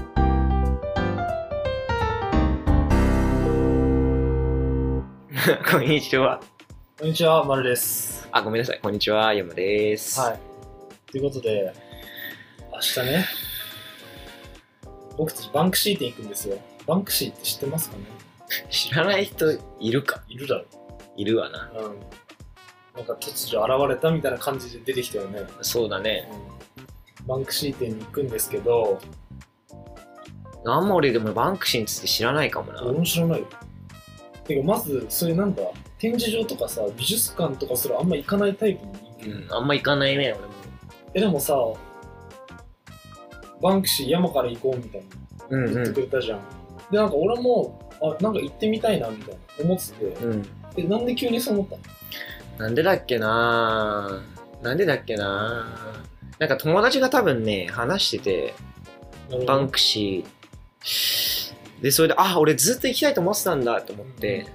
こんにちは。こんにちは、まるです。あ、ごめんなさい。こんにちは。山です。はい。ということで、明日ね、僕たちバンクシー店行くんですよ。バンクシーって知ってますかね知らない人いるかいるだろいるわな。う。うん。なんか突如現れたみたいな感じで出てきたよね。そうだね。うん。バンクシー店に行くんですけど、あんま俺でもバンクシーについて知らないかもな。俺も知らないよ。てか、まず、そういうなんだ、展示場とかさ、美術館とかそれあんま行かないタイプの人間うん、あんま行かないね、俺も。え、でもさ、バンクシー山から行こうみたいうな。ん言ってくれたじゃん、でなんか俺もあなんか行ってみたいなみたいな思ってうん。うん。てでなんで急にそう思ったのなんでだっけななんでだっけななんか友達が多分ね、話してて、バンクシー。で、それで、あ、俺ずっと行きたいと思ってたんだと思って、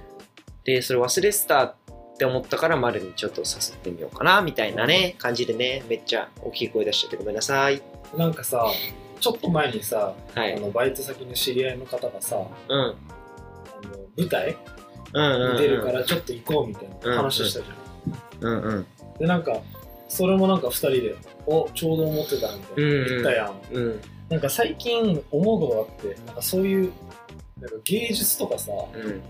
で、それ忘れてたって思ったから、丸にちょっと誘ってみようかな、みたいなね、感じでね、めっちゃ大きい声出しちゃってごめんなさい。なんかさちょっと前にさ、はあい。のバイト先の知り合いの方がさうん。うんあの舞台うん、うん。出るからちょっと行こうみたいな話したじゃうん、んうん。でなんかそれもなんか2人でおちょうど思ってたみたいな、うんうん行ったやんうん。なんか最近思うことがあってなんかそういうなんか芸術とかさなんうん。だ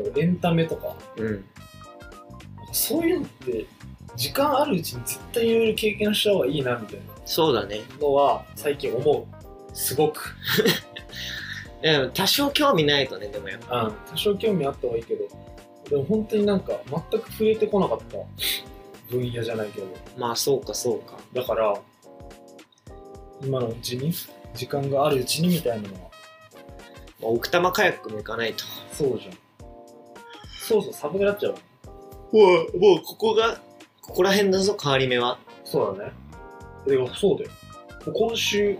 ろうエンタメとかうん。そういうのって時間あるうちに絶対いろいろ経験した方がいいなみたいなそうだね。のは最近思うすごく、うん、多少興味ないとね、でもやっぱ。うん、多少興味あった方がいいけどでも本当になんか全く触れてこなかった分野じゃないけどまあ、そうか、そうか。だから今のうちに時間があるうちにみたいなのはまあ、奥多摩カヤックも行かないと。そうじゃんそうそう寒くなっちゃうもう、もう、ここが、ここら辺だぞ、変わり目は。そうだねでもそうだよ今週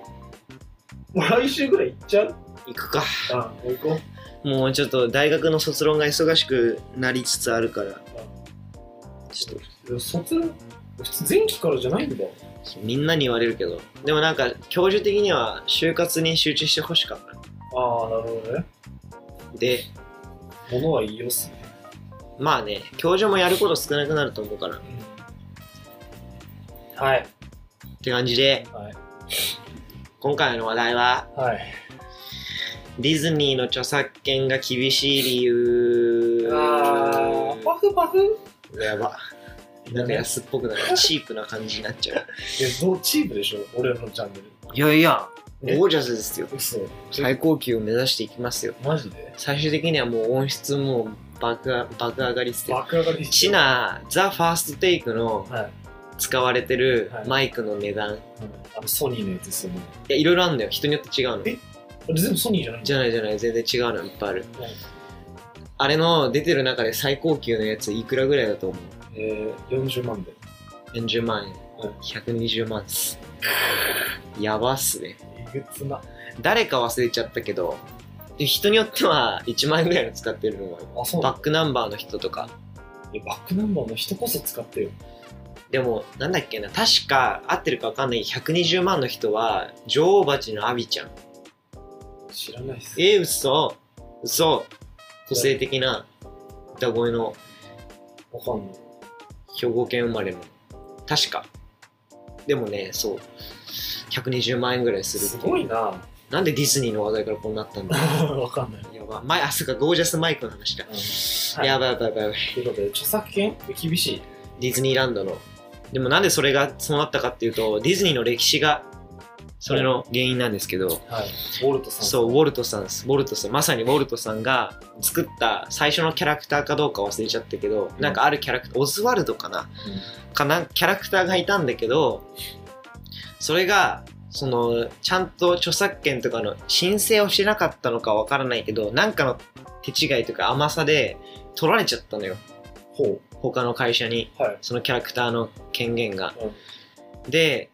もう来週ぐらい行っちゃう行くか。あ行こうもうちょっと大学の卒論が忙しくなりつつあるから、ちょっ卒普通前期からじゃないんだよとみんなに言われるけど、でもなんか教授的には就活に集中してほしかっああなるほどねた。で、ものはいいよっすね、まあね、教授もやること少なくなると思うから、っはいて感じで、はい今回の話題は、はいディズニーの著作権が厳しい理由。パフパフやば。なんか安っぽくなる。チープな感じになっちゃう。いやどうチームでしょ俺らのチャンネルいやいや、えゴージャスですよ。嘘最高級を目指していきますよ。マジで最終的にはもう音質も爆上爆上がりして爆上がりしてシナザ・ファーストテイクのはい、使われてるはいマイクの値段、い、あのソニーのやつですよねやいろいろあるんだよ人によって違うのえあれ全部ソニーじゃないんじゃゃないじゃない全然違うのいっぱいあるはいあれの出てる中で最高級のやついくらぐらいだと思うえー、40万で40万円、はい120万っすやばっすねえぐつな誰か忘れちゃったけどで人によっては1万円ぐらいの使ってるのもあるあそうなバのックナンバーの人とかえバックナンバーの人こそ使ってよでもなんだっけな確か合ってるか分かんない120万の人は女王蜂のアビちゃん知らないっすえー、嘘嘘個性的な歌声のわかんない兵庫県生まれの確かでもねそう120万円ぐらいするすごいななんでディズニーの話題からこうなったんだわかんない やばマイあそうかゴージャスマイクの話だ、はいやばいやばいやばいやばいということで著作権厳しいディズニーランドのでもなんでそれがそうなったかっていうとディズニーの歴史がそれの原因なんですけど、はいウォルトさんそう、ウォルトさんです。ウォルトさん。まさにウォルトさんが作った最初のキャラクターかどうか忘れちゃったけど、うんなんかあるキャラクター、オズワルドかなかなキャラクターがいたんだけど、それが、その、ちゃんと著作権とかの申請をしてなかったのかわからないけど、なんかの手違いというか甘さで取られちゃったのよ。ほ他の会社に。うはいそのキャラクターの権限が。で、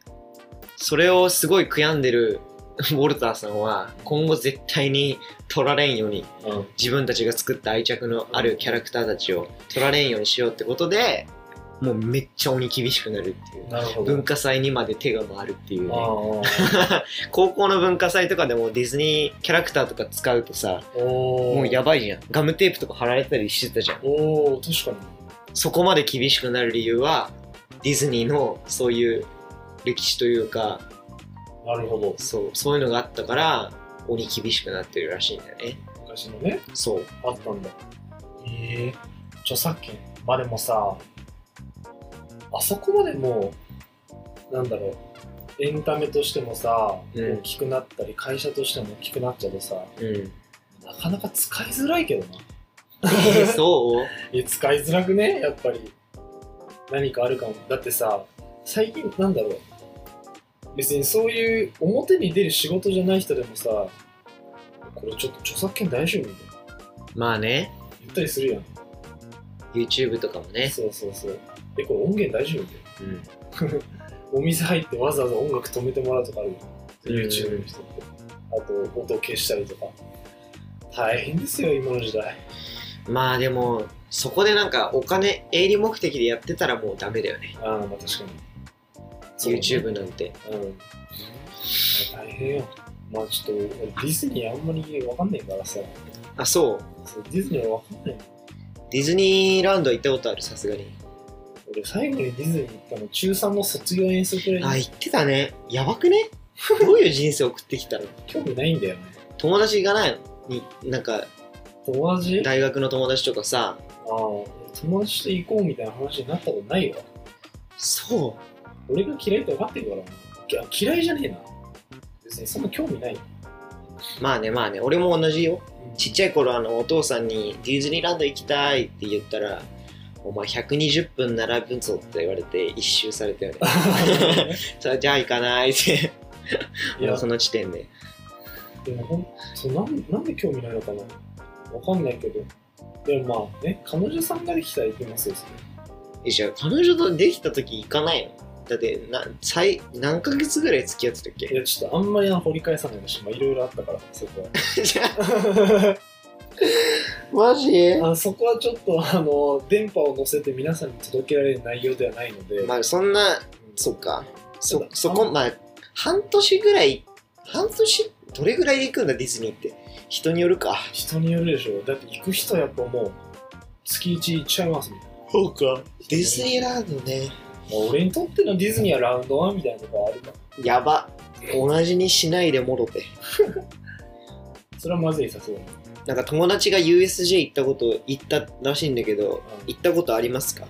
それをすごい悔やんでる ウォルターさんは、今後絶対に取られんように、うんうん自分たちが作った愛着のあるキャラクターたちを取られんようにしようってことで、もうめっちゃ鬼厳しくなるっていう。なるほど。文化祭にまで手が回るっていうね。あ高校の文化祭とかでもディズニーキャラクターとか使うとさ、あ。おーもうやばいじゃん。ガムテープとか貼られたりしてたじゃん。おお確かそこまで厳しくなる理由は、ディズニーのそういう歴史というか、に。なるほど。そう、そういうのがあったから、鬼厳しくなってるらしいんだよね。昔のね、そう。あったんだ。ええ著作権。まあでもさ、あそこまでもう、なんだろう、エンタメとしてもさ、うん大きくなったり、会社としても大きくなっちゃうとさ、うん。なかなか使いづらいけどな。えーそう え使いづらくねやっぱり何かあるかもだってさ最近なんだろう別にそういう表に出る仕事じゃない人でもさこれちょっと著作権大丈夫みたいなまあね、言ったりするやん YouTube とかもね。そうそうそうえこれ音源大丈夫みたいうん。なお店入ってわざわざ音楽止めてもらうとかあるうんよ YouTube の人ってあと音消したりとか大変ですよ今の時代まあでも、そこでなんかお金、営利目的でやってたらもうダメだよね。ああまあ確かにそうね YouTube なんて。うん。大変よ。まあちょっと、俺ディズニーあんまりわかんないからさ。あ、そう。そうディズニーわかんない。ディズニーランドは行ったことある、さすがに。俺最後にディズニー行ったの中3の卒業演奏くらあ、いに行ってたね。やばくね どういう人生送ってきたの興味ないんだよね。友達がないのに、なんか、友達あ大学の友達とかさ、あ、友達と行こうみたいな話になったことないわ。そ俺が嫌いって分かってるからな。いや嫌いじゃねえな。別にそんな興味 ない。う。まあね、まあね、俺も同じよ。ちっちちゃい頃あのお父さんにディズニーランド行きたいって言ったら、お前120分並ぶぞって言われて一周されたよね。じゃあじゃあ行かないって、いもやうそ、の時点で。でもほんそうなんなんで興味ないのかなわかんないけど。でもまあね、彼女さんができたら行きますよ、それえじゃあ彼女とできた時行かないのだってな最何ヶ月ぐらい付き合ってたっい けや、ちょっとあんまり掘り返さないでし、まあ、いろいろあったから、そこじゃあは。マジ あそこはちょっと、あの、電波を乗せて皆さんに届けられる内容ではないので、まあそんなうんそっかそただそこまあ半年ぐらい半年どれぐらいで行くんだディズニーって人によるか人によるでしょ。だって行く人はやっぱもう、月1行っちゃいますみたいな。そうかディズニーランドねまあ俺にとってのディズニーはラウンドワンみたいなとこあるから。やば同じにしないでもろてそれはまずいさすがに。なんか友達が USJ 行ったこと行ったらしいんだけどうん行ったことありますか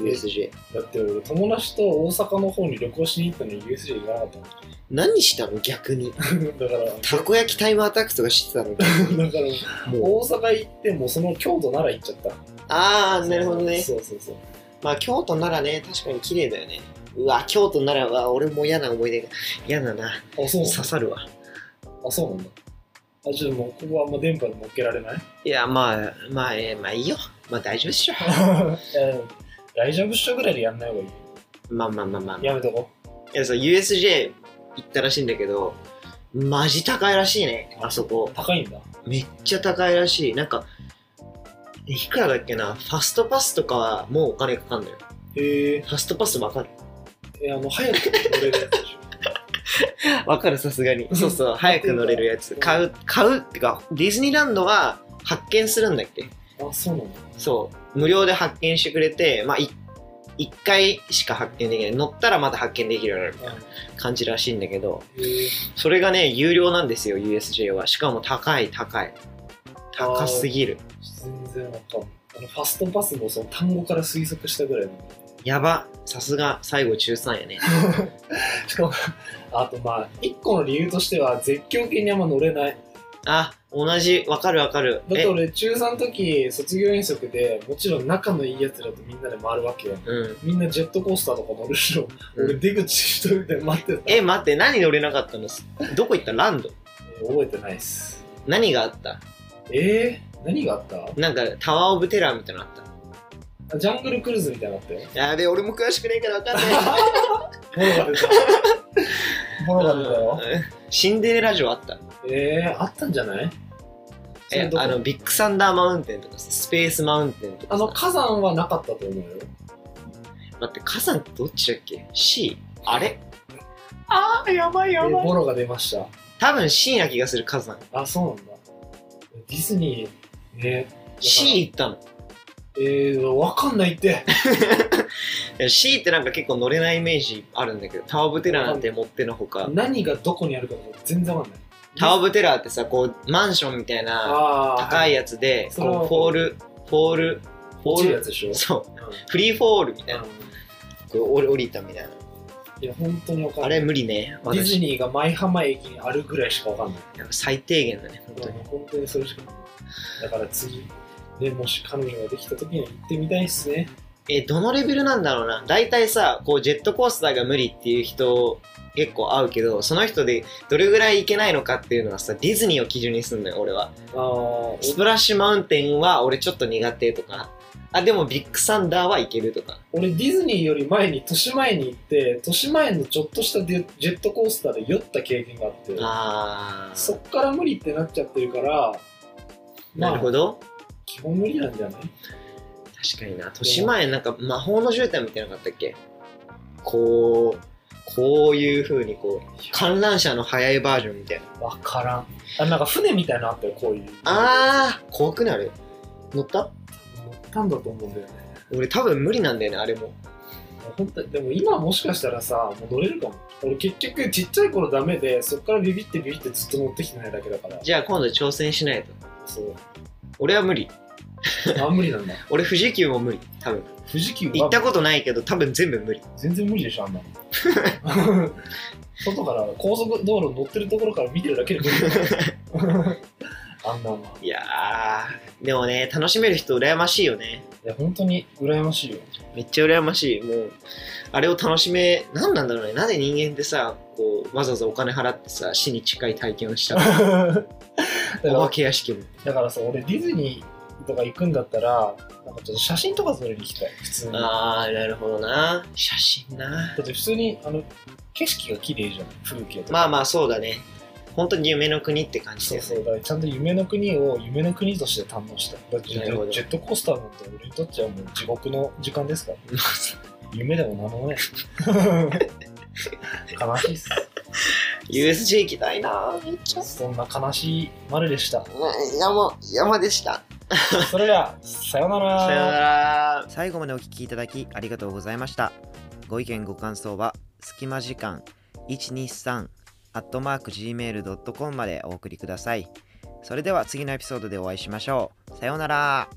USJ だって俺、友達と大阪の方に旅行しに行ったのに USJ 行かなかったの。何したの逆に だから、たこ焼きタイムアタックとかしてたの だから、もう大阪行ってもその京都なら行っちゃった。ああなるほどねそうそうそう。まあ京都ならね確かに綺麗だよねうわ京都ならは俺も嫌な思い出が嫌だなあ、そう刺なんださるわあ、そうなんだ。あ、ちょっともう、ここはあんま電波で乗っけられないいやまあまあ、えーまあいいよまあ大丈夫っしょえー大丈夫っしょぐらいでやんない方がいい。まあまあまあまあ、やめとこいやそう USJ 行ったらしいんだけどマジ高いらしいねあそこう。高いんだ。めっちゃ高いらしいなんかいくらだっけなファストパスとかはもうお金かかんのよへえ。ファストパスわかるえ、あの、早く乗れるやつでしわかるさすがにそうそう早く乗れるやつ買う買うってかディズニーランドは発見するんだっけょ。あ、そうなんだ。そう無料で発見してくれてまあい一回しか発見できない乗ったらまた発見できるようになるみたいな感じらしいんだけどうん、へえ。それがね有料なんですよ USJ はしかも高い高い高すぎる全然わかんない。あの、ファストパスもその単語から推測したぐらいなんだ。やばさすが最後中3やね しかも、あとまあ、一個の理由としては、絶叫系にあんま乗れない。あ同じわかるわかるだってえ俺、中3の時、卒業遠足で、もちろん仲のいいやつらとみんなで回るわけよ。うんみんなジェットコースターとか乗るしょ。俺出口一人で待ってた。え待って何乗れなかったのどこ行ったランドえー覚えてないっす。何があったえー、何があったなんかタワー・オブ・テラーみたいなのあっあジャングルクルーズみたいなのあったよ。たやべ俺も詳しくないからわかんないボロが出た。 ボロが出たよ。 シンデレラ城あったえー、あったんじゃないそれえどこあのビッグサンダーマウンテンとかさスペースマウンテンとかあさの火山はなかったと思うよ。待って、火山ってどっちだっけ ?C? あれあー、やばいえやーばい。ボロが出ました。多分 C な気がする、火山。あ、そうなんだ。ディズニー、ね。 C 行ったの。えー、わかんないって。いや C ってなんか結構乗れないイメージあるんだけど、タワーオブテラーなんて持ってのほか、何がどこにあるかも全然わかんない。タワーオブテラーってさ、こう、マンションみたいなあー高いやつで、それはこう、フォール、フォール、フォ落ちーるやル、つでしょ。そう、うんフリーフォールみたいな、こいう降り降りたみたいな。や、本当にわかんあない。れ無理ね、ディズ私。ニーが舞浜駅にあるぐらいしかわかんない。やっぱ最低限だね、本当に。本当にそれしかない。だから次、ね、もし彼女ができた時には行ってみたいですね。え、どのレベルなんだろうな。大体さ、こう、ジェットコースターが無理っていう人結構会うけど、その人でどれぐらいいけないのかっていうのはさ、ディズニーを基準にすんのよ、俺は。ああ、スプラッシュマウンテンは俺ちょっと苦手とか、あ、でもビッグサンダーはいけるとか。俺ディズニーより前に豊島園に行って豊島園のちょっとしたデジェットコースターで酔った経験があってあそっー、から無理ってなっちゃってるからまあなるほど。基本無理なんじゃない確かにな。豊島園なんか魔法の絨毯みたいなのがあったっけこう、こういう風にこう、観覧車の速いバージョンみたいな。わからんあなんか船みたいなのあったよこういうあー、怖くなる。乗った乗ったんだと思うんだよね俺多分無理なんだよね、あれも。本当にでも今もしかしたらさもう乗れるかも俺結局ちっちゃい頃ダメでそっからビビってビビってずっと乗ってきてないだけだからじゃあ今度挑戦しないと。そう俺は無理。あ無理な んだ俺富士急も無理。多分。富士急は行ったことないけど多分全部無理。全然無理でしょあんなの 外から高速道路乗ってるところから見てるだけで無理だ よあんなのはいやー、でもね、楽しめる人羨ましいよね。いや本当に羨まし いよめっちゃ羨ましい。もう、あれを楽しめ、なんなんだろうね。なぜ人間ってさ、こう、わざわざお金払ってさ、死に近い体験をした だのかおら化け屋敷も。だからさ俺ディズニーとか行くんだったらなんかちょっと写真とか撮りに行きたい普通にだあー、なるほどな。写真な。って普通にあの景色が綺麗じゃん風景とかまあまあ、そうだね。本当に夢の国って感じそだうよね。そうだからちゃんと夢の国を夢の国として堪能したいだってジなるほェどジェットコースターなんて俺にとっちゃもう地獄の時間 ですから夢でも何もない悲しいっす USJ 行きたいな。めっちゃ。そんな悲しいまるでした山、山でした。それではさようならさよなら。最後までお聞きいただきありがとうございました。ご意見ご感想は隙間時間123アットマーク gmail.com までお送りください。それでは次のエピソードでお会いしましょう。さようなら。